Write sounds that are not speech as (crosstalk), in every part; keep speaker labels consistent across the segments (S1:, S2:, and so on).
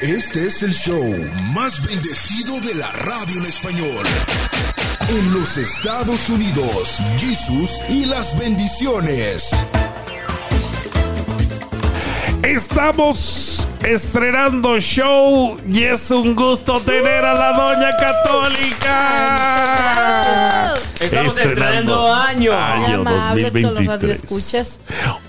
S1: Este es el show más bendecido de la radio en español. En los Estados Unidos, Jesús y las bendiciones.
S2: Estamos estrenando show y es un gusto tener a la Doña Católica.
S3: Estamos estrenando año.
S2: Año
S4: amables con los
S2: 2023.
S4: radioescuchas.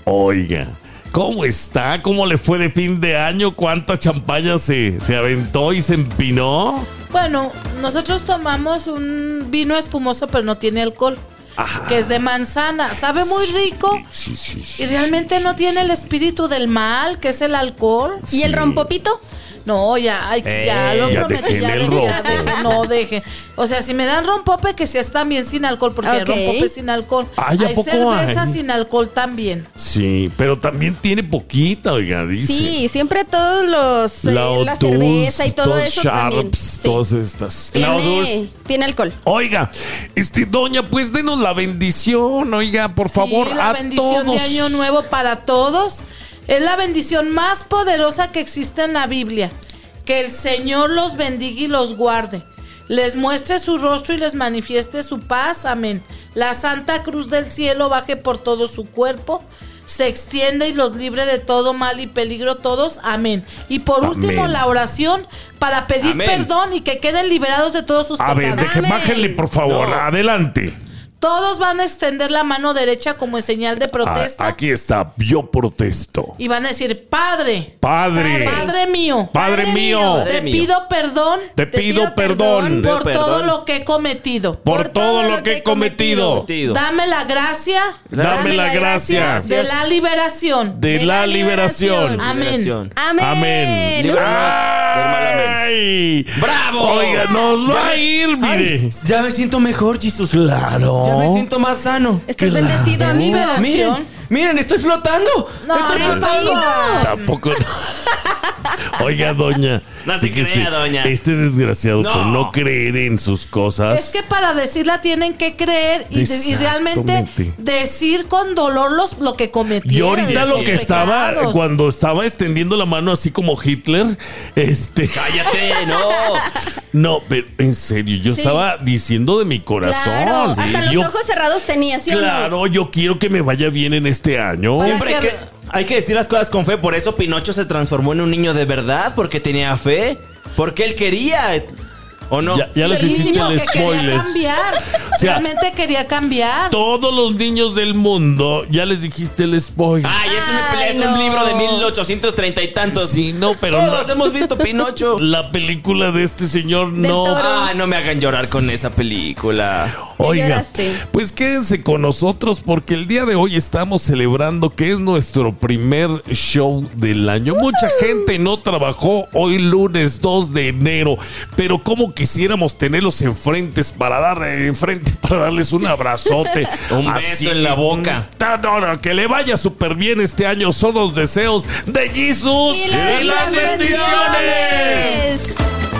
S2: Oiga, ¿cómo está? ¿Cómo le fue de fin de año? ¿Cuánta champaña se, se aventó y se empinó?
S4: Bueno, nosotros tomamos un vino espumoso, pero no tiene alcohol.
S2: Ajá.
S4: Que es de manzana. Sabe muy rico.
S2: Sí, sí, sí.
S4: Y realmente no tiene el espíritu del mal, que es el alcohol.
S2: Sí.
S5: ¿Y el rompopito?
S4: No, ya, ay, ya
S2: Ey,
S4: lo
S2: ya
S4: prometí.
S2: dejen
S4: Ya,
S2: el
S4: dejen, ya
S2: rompo.
S4: dejen, no dejen. O sea, si me dan rompope, que sea también sin alcohol, porque hay
S5: Ok.
S4: rompope sin alcohol.
S2: Ay, ¿a
S4: hay
S2: poco
S4: cerveza
S2: hay?
S4: sin alcohol también.
S2: Sí, pero también tiene poquita, oiga, dice.
S5: Sí, siempre todos los. eh, La,
S2: Lautus,
S5: cerveza y todo
S2: todas
S5: eso también.
S2: Sharps,
S5: Sí.
S2: todas estas. Lautus.
S5: Tiene, tiene alcohol.
S2: Oiga, este doña, pues denos la bendición, oiga, por
S4: Sí,
S2: favor,
S4: la
S2: a
S4: bendición
S2: todos.
S4: de Año Nuevo para todos. Es la bendición más poderosa que existe en la Biblia. Que el Señor los bendiga y los guarde. Les muestre su rostro y les manifieste su paz. Amén. La Santa Cruz del Cielo baje por todo su cuerpo. Se extiende y los libre de todo mal y peligro todos. Amén. Y por último,
S2: Amén.
S4: la oración para pedir
S3: Amén.
S4: perdón y que queden liberados de todos sus
S2: A ver,
S4: pecados.
S2: deje,
S5: Amén.
S2: bájenle, por favor,
S3: No.
S2: adelante.
S4: Todos van a extender la mano derecha como en señal de protesta.
S2: A- Ah, aquí está, yo protesto.
S4: y van a decir, Padre,
S2: Padre,
S4: Padre mío,
S2: Padre
S5: Padre
S2: mío,
S3: mío,
S4: te
S3: mío.
S4: pido perdón
S2: te pido
S5: pido
S2: perdón
S5: perdón
S4: por
S3: Pido
S4: todo
S3: perdón.
S4: lo que he cometido.
S2: por todo lo que he cometido.
S3: Sentido.
S4: Dame la gracia
S2: Dame la gracia
S4: de la liberación.
S2: de la liberación.
S4: Amén.
S5: Amén.
S2: Amén.
S3: Líbranos del mal, amén.
S2: ¡Ay!
S3: ¡Bravo!
S2: Oiga, nos va a ir, mire.
S3: ya me siento mejor, Jesús.
S2: Claro.
S3: Ya me siento más sano.
S5: Estás bendecido,
S4: Claro.
S5: amigo.
S4: Mira.
S3: Miren, miren, estoy flotando.
S4: No,
S3: estoy
S4: no,
S3: flotando.
S4: no.
S2: Tampoco.
S3: (laughs)
S2: no. Oiga, doña.
S3: No se
S2: fíjese,
S3: crea, doña.
S2: Este desgraciado
S3: No.
S2: por no creer en sus cosas.
S4: Es que para decirla tienen que creer y, de- y realmente
S2: Exactamente.
S4: decir con dolor los, lo que cometieron.
S2: Yo ahorita
S4: los
S2: lo que estaba,
S4: pecados.
S2: cuando estaba extendiendo la mano así como Hitler, este,
S3: Cállate, no. (laughs)
S2: no, pero en serio, yo
S5: Sí.
S2: estaba diciendo de mi
S5: Claro.
S2: corazón.
S5: Hasta los
S2: Yo-
S5: ojos cerrados tenías, ¿sí o no?
S2: claro, yo quiero que me vaya bien en este año.
S3: Siempre hay
S4: que-
S3: que, hay que decir las cosas con fe. Por eso Pinocho se transformó en un niño de verdad, porque tenía fe, porque él quería. ¿O no?
S2: Ya- ya les
S4: Buenísimo,
S2: hiciste el
S4: que quería
S2: spoiler.
S4: cambiar.
S2: (laughs) O sea,
S4: realmente quería cambiar.
S2: Todos los niños del mundo, ya les dijiste el spoiler.
S3: Ay, es un,
S5: Ay,
S3: es un
S5: no.
S3: libro de 1830 y tantos.
S2: sí, no, pero
S3: Todos
S2: no.
S3: hemos visto (laughs) Pinocho.
S2: la película de este señor no.
S5: Toro.
S3: Ah, no me hagan llorar con esa película.
S5: Ya
S2: Oiga,
S5: lloraste.
S2: pues quédense con nosotros porque el día de hoy estamos celebrando que es nuestro primer show del año. Mucha gente no trabajó hoy lunes 2 de enero, pero como quisiéramos tenerlos enfrentes para dar enfrente (laughs) para darles un abrazote,
S3: (laughs) Un beso en la boca.
S2: Ta- no, no, que le vaya súper bien este año son los deseos de Jesús
S5: Y las bendiciones.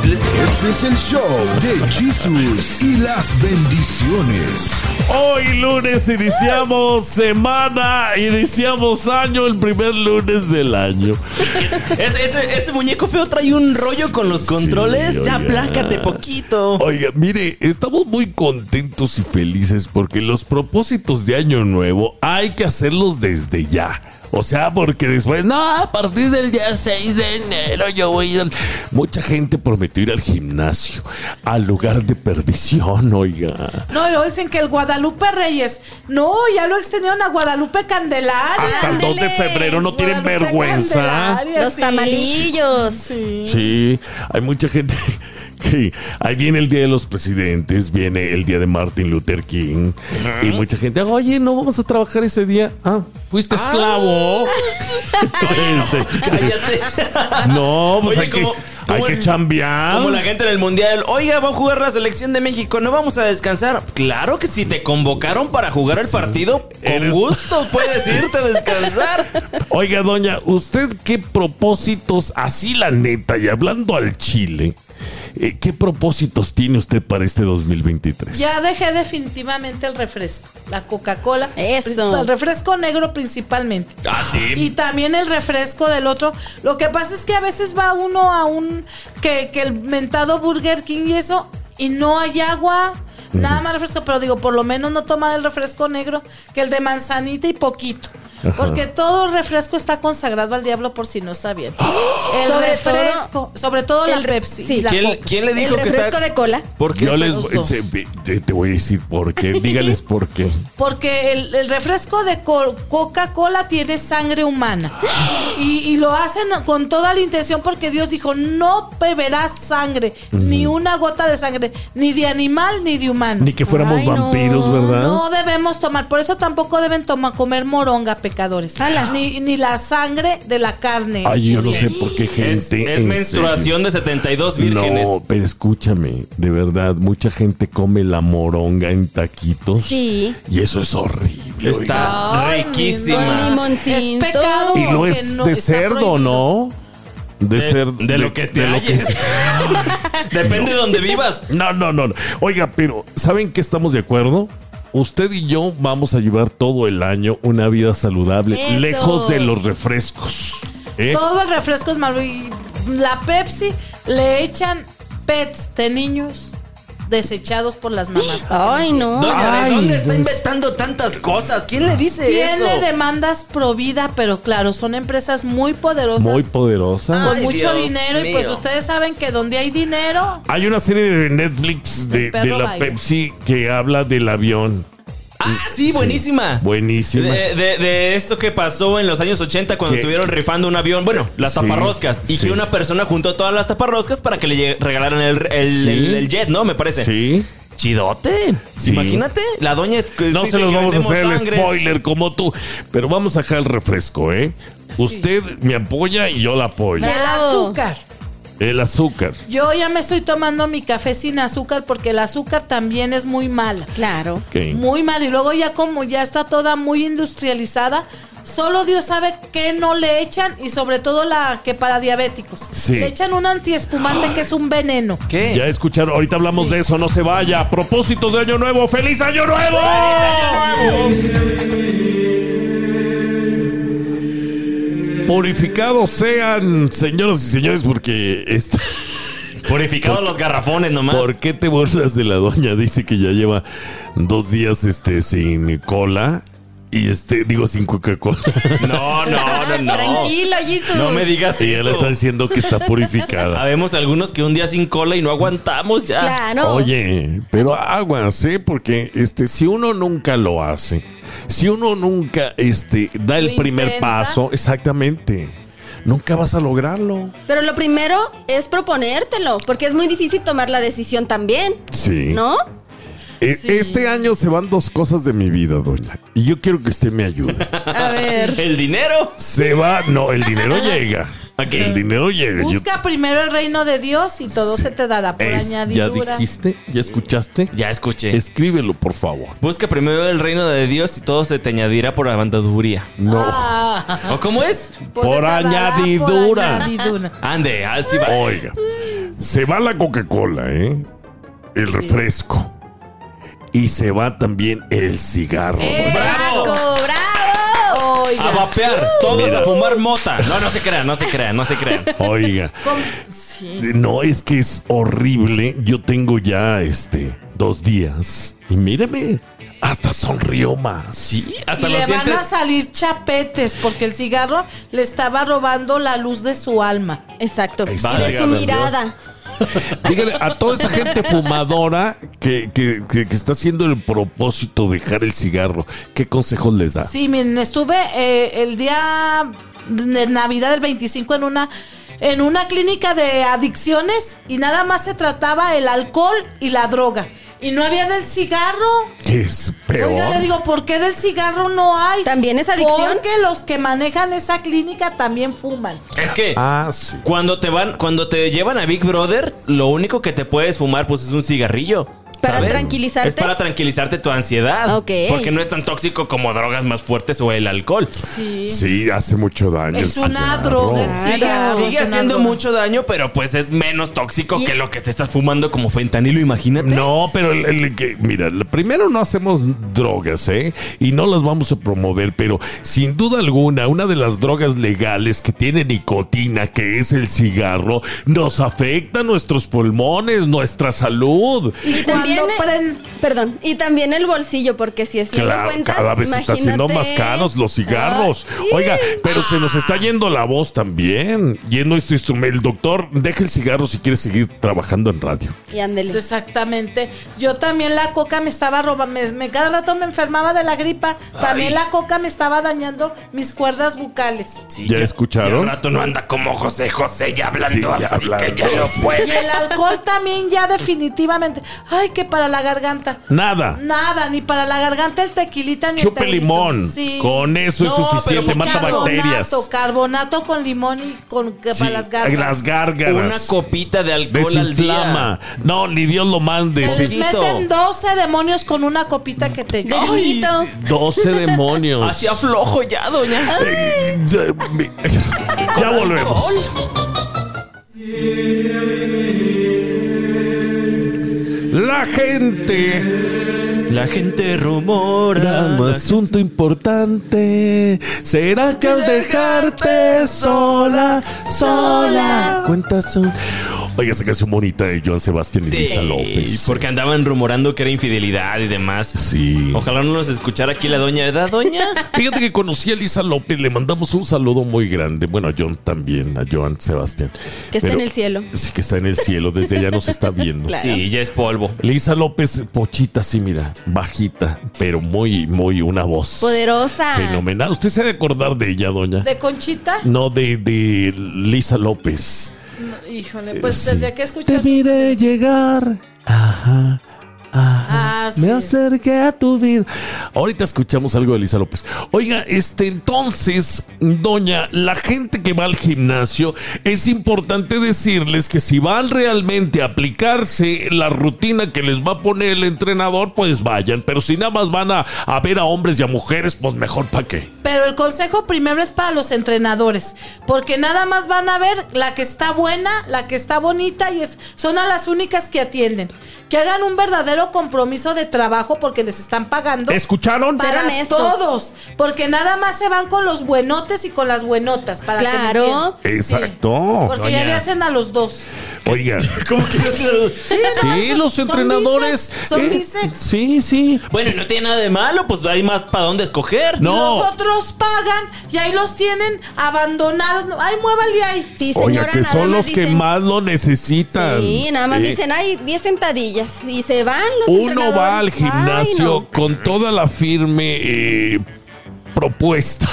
S1: Ese Este es el show de Jesús y las bendiciones.
S2: Hoy lunes iniciamos semana, iniciamos año, el primer lunes del año.
S3: Ese, ese- ese muñeco feo trae un rollo con los controles.
S2: oiga.
S3: ya aplácate poquito.
S2: Oiga, mire, estamos muy contentos y felices porque los propósitos de año nuevo hay que hacerlos desde ya. O sea, porque después, no, a partir del día 6 de enero yo voy a ir al... Mucha gente prometió ir al gimnasio, al lugar de perdición, oiga.
S4: No, y luego dicen que el Guadalupe Reyes. No, ya lo extendieron a Guadalupe Candelaria.
S2: Hasta el 2 de febrero no tienen
S4: Guadalupe
S2: vergüenza.
S4: Candelaria,
S5: Los
S4: sí.
S5: tamalillos.
S2: Sí, hay mucha gente (laughs) que ahí viene el Día de los Presidentes, viene el Día de Martin Luther King y mucha gente, oye, no vamos a trabajar ese día. Ah, fuiste esclavo. (laughs) Este,
S3: Cállate.
S2: no, pues
S3: Oye,
S2: hay que,
S3: como- como
S2: hay que
S3: el-
S2: chambear.
S3: Como la gente en el mundial. Oiga, va a jugar la selección de México. No vamos a descansar. Claro que si te convocaron para jugar el partido, con
S2: Eres-
S3: gusto puedes irte a descansar.
S2: Oiga, doña, ¿usted qué propósitos, así la neta, y hablando al chile, Eh, ¿Qué propósitos tiene usted para este 2023?
S4: Ya dejé definitivamente el refresco, la Coca-Cola.
S5: Eso.
S4: El refresco negro principalmente.
S2: Ah,
S4: Y
S2: sí.
S4: también el refresco del otro. Lo que pasa es que a veces va uno a un. que, que el mentado Burger King y eso, y no hay agua. Nada más refresco, pero digo, por lo menos no tomar el refresco negro que el de manzanita y poquito.
S2: Ajá.
S4: Porque todo refresco está consagrado al diablo por si no sabían. El
S5: ¡Ah! Sobre todo-
S4: refresco, sobre todo la
S5: el-
S4: Pepsi.
S5: sí.
S4: y la
S3: ¿Quién,
S4: Coca.
S3: quién le
S5: El
S3: dijo que
S5: refresco
S3: está...?
S5: de cola.
S3: ¿Por qué
S2: Yo les
S3: están los dos?
S2: se- te- te voy a decir por
S3: (laughs)
S2: qué. Dígales por qué.
S4: Porque el, el refresco de co- Coca-Cola tiene sangre humana. (gasps) Y, y lo hacen con toda la intención porque Dios dijo, no beberás sangre, ni una gota de sangre, ni de animal ni de humano.
S2: Ni que fuéramos
S5: Ay, no,
S2: vampiros, ¿verdad?
S4: No debemos tomar, por eso tampoco deben tomar, comer moronga, pecadores.
S5: Ala.
S4: Ni, ni la sangre de la carne.
S2: Ay, yo no sé por qué gente.
S3: Es, es
S2: en serio.
S3: menstruación de 72 vírgenes.
S2: No, pero escúchame, de verdad, mucha gente come la moronga en taquitos.
S5: Sí.
S2: Y eso es horrible. oiga.
S3: Está
S4: Ay,
S5: Con
S3: riquísima.
S5: limón. limoncito.
S4: Es pecado.
S2: Y no
S4: porque
S2: es
S4: no-
S2: de
S4: está
S2: cerdo,
S4: prohibido.
S2: ¿no? De, cerdo.
S3: De lo que te
S2: de lo
S3: halles. (laughs) Depende de donde vivas.
S2: No, no, no. no. Oiga, pero ¿saben qué estamos de acuerdo? Usted y yo vamos a llevar todo el año una vida saludable,
S5: Eso.
S2: lejos de los refrescos. ¿eh?
S4: Todo el refresco es malo. Y la Pepsi le echan pets de niños desechados por las mamás.
S5: Ay, no.
S3: Doña, ¿de
S2: Ay, pues.
S3: dónde está
S2: Dios.
S3: inventando tantas cosas? ¿Quién le dice
S4: Tiene
S3: eso?
S4: demandas pro vida, pero claro, son empresas muy poderosas.
S2: Muy poderosa.
S4: Con
S3: Ay,
S4: mucho
S3: Dios
S4: dinero. Y pues
S3: mío.
S4: ustedes saben que donde hay dinero.
S2: Hay una serie de Netflix de,
S4: El perro
S2: de la
S4: baila.
S2: Pepsi que habla del avión.
S3: Ah, sí, buenísima.
S2: Buenísima.
S3: De, de- de esto que pasó en los años 80 cuando
S2: Que-
S3: estuvieron rifando un avión, bueno, las
S2: Sí,
S3: taparroscas. Y
S2: sí.
S3: que una persona juntó todas las taparroscas para que le lle- regalaran el, el-
S2: Sí.
S3: el- el jet, ¿no? Me parece.
S2: Sí.
S3: Chidote.
S2: Sí.
S3: Imagínate, la doña. que
S2: No se
S3: dice
S2: los
S3: que
S2: vamos a
S3: vendemos
S2: hacer el
S3: sangres.
S2: spoiler como tú. Pero vamos a dejar el refresco, ¿eh?
S4: Sí.
S2: Usted me apoya y yo la apoyo.
S5: Bra-
S4: El
S5: Bravo.
S4: azúcar.
S2: El azúcar.
S4: Yo ya me estoy tomando mi café sin azúcar porque el azúcar también es muy mala.
S5: Claro.
S2: Ok.
S4: Muy mal. Y luego ya como ya está toda muy industrializada, solo Dios sabe qué no le echan y sobre todo la que para diabéticos.
S2: Sí.
S4: Le echan un antiespumante que es un veneno.
S3: ¿Qué?
S2: Ya escucharon, ahorita hablamos de eso, no se vaya. A propósitos de Año Nuevo, ¡Feliz Año Nuevo! Purificados sean, señoras y señores, porque esta-
S3: Purificados los garrafones nomás.
S2: ¿Por qué te burlas de la doña? Dice que ya lleva dos días este, sin cola y este, digo, sin Coca-Cola.
S3: No, no, no,
S5: (laughs)
S3: no.
S5: Tranquilo, Jesus.
S3: No me digas
S2: Y ella le está
S3: eso.
S2: diciendo que está
S3: (laughs)
S2: purificada.
S3: Habemos algunos que un día sin cola y no aguantamos ya.
S5: Claro.
S2: Oye, pero aguas, ¿eh? Porque este, si uno nunca lo hace, si uno nunca este, da el
S4: Lo
S2: primer
S4: intenta.
S2: paso, exactamente, nunca vas a lograrlo.
S5: Pero lo primero es proponértelo, porque es muy difícil tomar la decisión también.
S2: Sí.
S5: ¿No?
S2: E-
S4: Sí.
S2: Este año se van dos cosas de mi vida, doña. Y yo quiero que usted me ayude. (laughs)
S5: A ver.
S3: El dinero.
S2: se va, no, el dinero llega.
S3: Ok.
S2: El dinero llega. Yo-
S4: Busca primero el reino de Dios y todo
S2: Sí.
S4: se te dará por
S2: Es- ya
S4: añadidura.
S2: dijiste, ya escuchaste.
S3: Ya escuché.
S2: Escríbelo, por favor.
S3: Busca primero el reino de Dios y todo se te añadirá por abandaduría.
S2: No.
S4: Ah,
S3: ¿O cómo es?
S4: pues
S2: Por
S4: se te dará
S2: añadidura.
S4: añadidura.
S3: Ande, así va.
S2: Oiga, se va la Coca-Cola, ¿eh? El refresco. Y se va también el cigarro.
S4: Eh,
S3: ¡Bravo!
S5: ¡Bravo! ¡Bravo!
S4: Oiga,
S3: A vapear, todos a fumar mota. No, no se crean, no se crean, no se crean.
S4: (laughs)
S2: Oiga,
S4: com- sí.
S2: no es que es horrible. Yo tengo ya este dos días. Y míreme, hasta sonrió más.
S3: Sí, hasta
S4: Y
S3: los
S4: le van a
S3: dientes.
S4: salir chapetes porque el cigarro le estaba robando la luz de su alma.
S5: Exacto.
S2: Ahí
S5: Y
S2: está.
S5: de su
S2: Válgame
S5: mirada.
S2: Dígale a toda esa gente fumadora que, que- que- que está haciendo el propósito de dejar el cigarro, ¿qué consejos les da?
S4: Sí, miren, estuve eh, el día de Navidad del 25 en una en una clínica de adicciones y nada más se trataba el alcohol y la droga y no había del cigarro.
S2: Que es
S4: Oiga, le
S2: peor.
S4: digo, ¿por qué del cigarro no hay?
S5: ¿También es adicción?
S4: Porque los que manejan esa clínica también fuman.
S3: Es que
S2: Ah, sí.
S3: cuando te van, cuando te llevan a Big Brother, lo único que te puedes fumar pues es un cigarrillo.
S5: Para
S3: ¿sabes?
S5: tranquilizarte.
S3: Es para tranquilizarte tu ansiedad.
S5: Ok.
S3: Porque no es tan tóxico como drogas más fuertes o el alcohol.
S4: Sí.
S2: Sí, hace mucho daño.
S4: Es
S2: el
S4: una
S2: cigarro.
S4: droga.
S5: Claro.
S4: Sigue,
S5: Ah,
S3: Sigue haciendo
S4: mucho
S3: mucho daño, pero pues es menos tóxico
S5: Y-
S3: que lo que te estás fumando como fentanilo, imagínate.
S2: No, pero el, el que, mira, lo primero no hacemos drogas, ¿eh? Y no las vamos a promover, pero sin duda alguna, una de las drogas legales que tiene nicotina, que es el cigarro, nos afecta nuestros pulmones, nuestra salud.
S5: Y también,
S4: Cuando pren-
S5: perdón, y también el bolsillo, porque si es
S2: Claro, cada vez se está haciendo más caros los cigarros. Oiga, pero se nos está yendo la voz también. Yendo este instrumento. El doctor, deja el cigarro si quiere seguir trabajando en radio.
S5: Y ándele.
S4: Pues Exactamente. Yo también la coca me estaba robando, me, me- cada rato me enfermaba de la gripa. También
S3: Ay.
S4: la coca me estaba dañando mis cuerdas bucales.
S3: Sí,
S2: ¿Ya escucharon?
S3: y al rato no anda como José José ya hablando
S2: Sí, ya
S3: así
S2: hablando.
S3: que ya no
S2: (laughs)
S4: Y
S3: puede.
S4: el alcohol también ya definitivamente. Ay, que para la garganta.
S2: Nada.
S4: Nada, ni para la garganta el tequilita ni el
S2: Chupe
S4: tequilito.
S2: limón. Con eso es suficiente,
S4: pero
S2: mata
S4: carbonato,
S2: bacterias.
S4: Carbonato con limón y con que
S2: Sí,
S4: para las gargantas.
S2: las gárgaras.
S3: Una copita de alcohol al día.
S2: Desinflama. No, ni Dios lo mande.
S4: Se les
S2: Sí.
S4: meten 12 demonios con una copita que te
S5: Del guito.
S2: 12 demonios.
S3: Así aflojo ya, doña.
S2: Eh, ya, mi- (laughs) ya volvemos. La gente.
S3: La gente rumora.
S2: Un asunto importante. ¿Será que al dejarte sola, sola, cuentas un. Oiga, esa canción bonita de Joan Sebastián y
S3: Sí,
S2: Lisa López.
S3: porque andaban rumorando que era infidelidad y demás.
S2: Sí.
S3: Ojalá no los escuchara aquí la doña, ¿verdad, (laughs) doña?
S2: Fíjate que conocí a Elisa López, le mandamos un saludo muy grande. Bueno, a John también, a Joan Sebastián.
S5: Que está
S2: Pero-
S5: en el cielo.
S2: Sí, que está en el cielo, desde allá nos está viendo.
S5: (laughs) Claro.
S3: Sí, ya es polvo.
S2: Elisa López, pochita, sí, mira, bajita, pero muy, muy una voz.
S5: Poderosa.
S2: Fenomenal. ¿Usted se ha de acordar de ella, doña?
S4: de conchita.
S2: No, de, de Lisa López.
S4: Híjole, pues
S2: Sí.
S4: tendría
S2: Te
S4: que escuchar. sus-
S2: miré llegar. Ajá. Ajá.
S4: Ah, sí.
S2: Me acerqué a tu vida. Ahorita escuchamos algo de Elisa López. Oiga, este entonces, doña, la gente que va al gimnasio, es importante decirles que si van realmente a aplicarse la rutina que les va a poner el entrenador, pues vayan. Pero si nada más van a, a ver a hombres y a mujeres, pues mejor para qué.
S4: Pero el consejo primero es para los entrenadores, porque nada más van a ver la que está buena, la que está bonita y es, son a las únicas que atienden. Que hagan un verdadero compromiso de trabajo porque les están pagando.
S2: ¿Escucharon?
S5: Ser
S4: para
S5: honestos.
S4: todos, porque nada más se van con los buenotes y con las buenotas. Para que me
S5: Claro.
S4: entiendan.
S2: Exacto.
S4: Porque ya le hacen a los dos.
S2: Oiga.
S3: ¿Cómo que
S4: Sí, no,
S2: Sí,
S4: son-
S2: los
S4: son
S2: entrenadores.
S4: bisex, Son
S2: eh,
S4: bisex.
S2: sí, sí.
S3: Bueno, y no tiene nada de malo, pues hay más para dónde escoger.
S2: No.
S4: Los otros pagan y ahí los tienen abandonados. No, Ay, muévale ahí.
S5: Sí, señora,
S2: Oiga, que
S5: nada
S2: son
S5: más
S2: los que
S5: dicen-
S2: más lo necesitan.
S5: Sí, nada más
S2: Eh,
S5: dicen, ay, 10 sentadillas. Y se van los
S2: Uno va al
S5: entrenadores.
S2: gimnasio
S5: Ay,
S2: con toda la firme eh,
S3: (laughs)
S2: propuesta,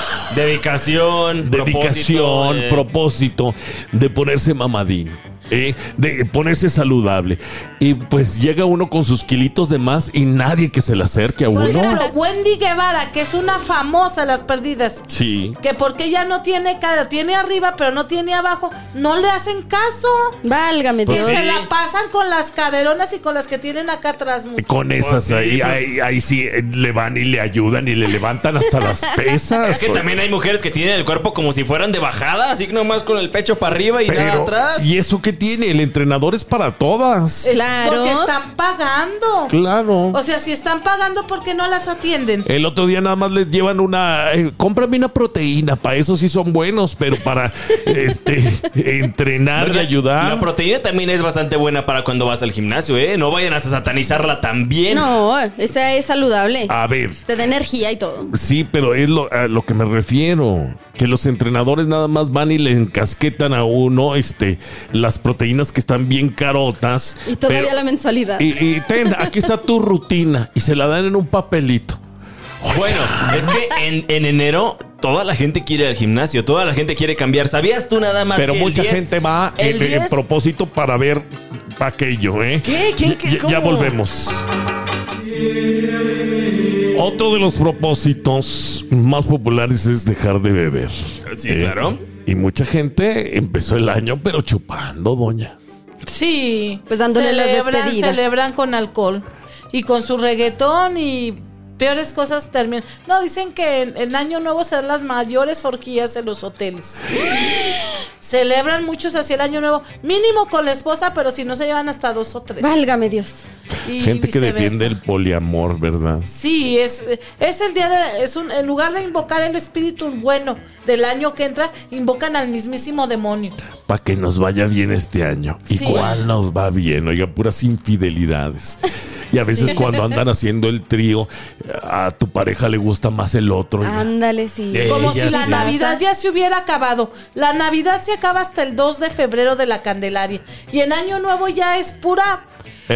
S3: Dedicación,
S2: dedicación,
S3: propósito, eh,
S2: propósito de ponerse mamadín. eh, de ponerse saludable y pues llega uno con sus kilitos de más y nadie que se le acerque a
S4: Por
S2: uno
S4: ejemplo, Wendy Guevara, que es una famosa de las perdidas,
S2: sí
S4: que porque ya no tiene cara, tiene arriba pero no tiene abajo, no le hacen caso.
S5: no. Válgame
S4: Que
S2: Pues
S5: Dios.
S4: se
S3: sí.
S4: la pasan con las caderonas y con las que tienen acá atrás. mucho.
S2: con esas
S3: sí,
S2: ahí,
S3: pues-
S2: ahí ahí sí eh, le van y le ayudan y le levantan hasta
S3: (laughs)
S2: las pesas
S3: Es que
S2: oiga.
S3: también hay mujeres que tienen el cuerpo como si fueran de bajada, así nomás con el pecho para arriba y nada
S2: Pero,
S3: atrás.
S2: ¿Y eso qué tiene? El entrenador es para todas.
S4: Es
S5: Claro.
S4: Porque están pagando.
S2: Claro.
S4: O sea, si están pagando, ¿por qué no las atienden?
S2: El otro día nada más les llevan una. eh, cómprame una proteína. Para eso sí son buenos, pero
S3: (laughs)
S2: para este entrenar y
S3: ¿Verdad? La
S2: ayudar.
S3: proteína también es bastante buena para cuando vas al gimnasio, ¿eh? No vayan hasta satanizarla también.
S5: No, esa es saludable.
S2: A ver.
S5: Te da energía y todo.
S2: Sí, pero es lo, a lo que me refiero. Que los entrenadores nada más van y le encasquetan a uno este, las proteínas que están bien carotas.
S5: Y todavía
S2: pero-
S5: la mensualidad.
S2: y, y ten, aquí está tu rutina. Y se la dan en un papelito.
S3: Bueno, es que en, en enero toda la gente quiere ir al gimnasio, toda la gente quiere cambiar. ¿Sabías tú nada más
S2: Pero
S3: que el
S2: mucha
S3: 10?
S2: gente va
S3: el
S2: en, en
S3: 10?
S2: propósito para ver aquello, ¿eh?
S3: ¿Qué? ¿Quién? ¿Qué?
S2: Ya- ya,
S3: ¿Cómo?
S2: volvemos. Otro de los propósitos más populares es dejar de beber. ¿Eh?
S3: Sí, claro.
S2: Y mucha gente empezó el año, pero chupando, doña.
S4: Sí.
S5: Pues dándole la
S4: Celebran-
S5: despedida.
S4: Celebran con alcohol. y con su reggaetón y peores cosas terminan. No, dicen que en, en Año Nuevo se dan las mayores orgías en los hoteles. (gasps) Celebran muchos así el Año Nuevo, mínimo con la esposa, pero si no se llevan hasta dos o tres.
S5: Válgame Dios.
S4: Y
S2: Gente que
S4: viceversa.
S2: defiende el poliamor, ¿verdad?
S4: Sí, es, es el día de. Es un, en lugar de invocar el espíritu bueno del año que entra, invocan al mismísimo demonio.
S2: Para que nos vaya bien este año. ¿Y
S4: Sí.
S2: cuál nos va bien? Oiga, puras infidelidades. Y a veces cuando andan haciendo el trío, a tu pareja le gusta más el otro. oiga.
S5: Ándale, sí.
S2: Eh,
S4: Como
S2: ya
S4: si la
S2: sé.
S4: Navidad ya se hubiera acabado. La Navidad se acaba hasta el 2 de febrero de la Candelaria. Y en Año Nuevo ya es pura.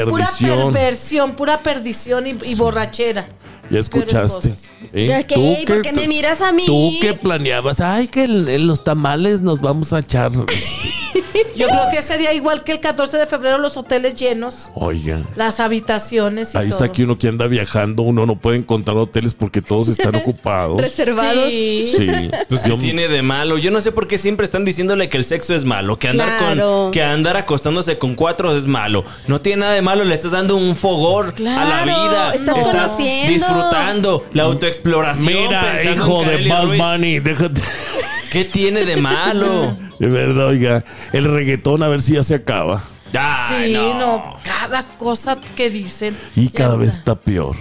S4: Pura
S2: Perdición.
S4: perversión, pura perdición y, y borrachera.
S2: ¿Ya escuchaste?
S4: cosas.
S2: ¿Eh?
S5: ¿Ya qué? ¿Por qué me miras a mí?
S2: Tú que planeabas, ay, que el- en los tamales nos vamos a echar.
S4: Yo creo que sería igual que el 14 de febrero los hoteles llenos,
S2: Oiga.
S4: las habitaciones y
S2: Ahí
S4: todo.
S2: está que uno que anda viajando, uno no puede encontrar hoteles porque todos
S5: (laughs)
S2: están ocupados.
S5: Reservados.
S4: Sí.
S2: Sí. Pues yo-
S3: Tiene de malo. Yo no sé por qué siempre están diciéndole que el sexo es malo, que andar
S5: Claro.
S3: con que andar acostándose con cuatro es malo. No tiene nada de malo, le estás dando un fogor a la
S5: Claro,
S3: vida.
S5: estás conociendo.
S3: disfrutando la autoexploración.
S2: Mira,
S3: pensando en
S2: hijo de
S3: Kareli
S2: Bad
S3: Ruiz.
S2: Bunny, déjate.
S3: ¿Qué tiene
S5: (laughs)
S3: de malo?
S2: De verdad, oiga, el reggaetón a ver si ya se acaba.
S3: Ay,
S4: Sí,
S3: no.
S4: no. cada cosa que dicen.
S2: Y cada
S4: Ya,
S2: vez está peor.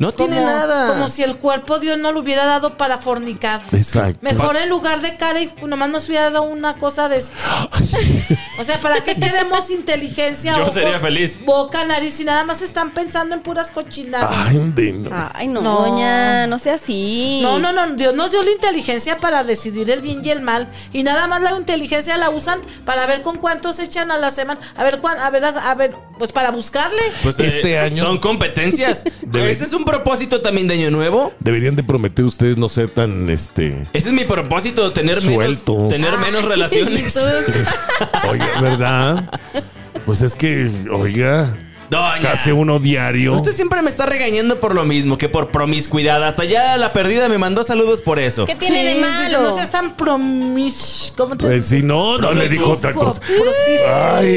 S3: No
S4: como-
S3: tiene nada.
S4: Como si el cuerpo Dios no lo hubiera dado para fornicar.
S2: Exacto.
S4: Mejor en lugar de cara y nomás nos hubiera dado una cosa
S3: (laughs)
S4: de... o sea, ¿para qué queremos inteligencia?
S3: Yo sería feliz.
S4: Boca, nariz y nada más están pensando en puras cochinadas.
S2: Ay, de no.
S5: Ay, no,
S4: No.
S5: doña, no sea así.
S4: No, no, no, Dios nos dio la inteligencia para decidir el bien y el mal y nada más la inteligencia la usan para ver con cuántos echan a la semana, a ver cuán, a ver a, a ver, pues para buscarle.
S3: Pues,
S2: Este año-
S3: Son (laughs) competencias.
S2: Debe-
S3: ¿Ese Este es un propósito también de año nuevo?
S2: Deberían de prometer ustedes no ser tan este.
S3: Ese es mi propósito, tener
S2: Sueltos.
S3: menos, tener menos relaciones.
S2: Oiga, ¿verdad? Pues es que, oiga,
S3: Doña.
S2: casi uno diario.
S3: Usted siempre me está regañando por lo mismo, que por promiscuidad. Hasta ya la perdida me mandó saludos por eso.
S5: ¿Qué tiene de
S4: Sí,
S5: malo?
S4: No seas tan promis... ¿Cómo te
S2: Pues si no, no le dijo otra cosa.
S4: Promiscuo.
S2: Ay,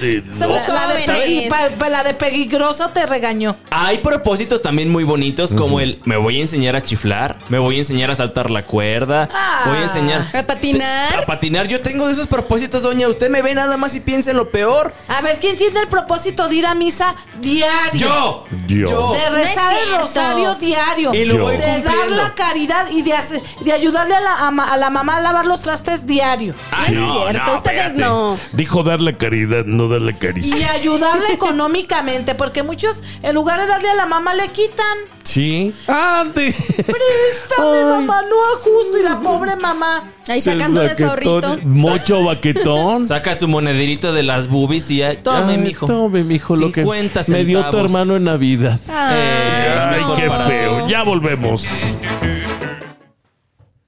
S2: de no.
S5: Somos
S4: La de,
S5: jóvenes.
S4: pa- pa- la de peligroso te regañó.
S3: Hay propósitos también muy bonitos como el me voy a enseñar a chiflar, me voy a enseñar a saltar la cuerda,
S4: Ah.
S3: voy a enseñar
S5: ¿A patinar?
S3: a patinar. Yo tengo esos propósitos, doña. Usted me ve nada más y piensa en lo peor.
S4: A ver, ¿quién tiene el propósito de ir a misa diario?
S3: Yo,
S2: Yo.
S4: De
S5: No es
S4: rezar el
S5: cierto.
S4: rosario diario.
S3: Y lo
S2: Yo.
S3: voy
S4: de dar
S3: cumpliendo.
S4: la caridad y de, hacer- de ayudarle a la, ama- a la mamá a lavar los trastes diario.
S3: Ah,
S5: No es cierto, ustedes
S3: espérate.
S5: no.
S2: Dijo darle caridad, no darle
S4: Y
S2: caricia.
S3: (laughs)
S4: ayudarle económicamente, porque muchos, en lugar de darle a la mamá, le quitan.
S2: Sí. Ande.
S4: Préstame, mamá, no ajusto. Y la pobre mamá.
S5: Ahí sacando de zorrito.
S2: Mocho baquetón.
S3: Saca su monederito de las boobies y ya. Tome,
S2: Ay,
S3: mijo.
S2: Tome, mijo, lo que
S3: 50
S2: me dio tu
S3: centavos. Eh,
S2: hermano en Navidad.
S5: Ay,
S2: Ay,
S5: no.
S2: qué feo. Ya volvemos.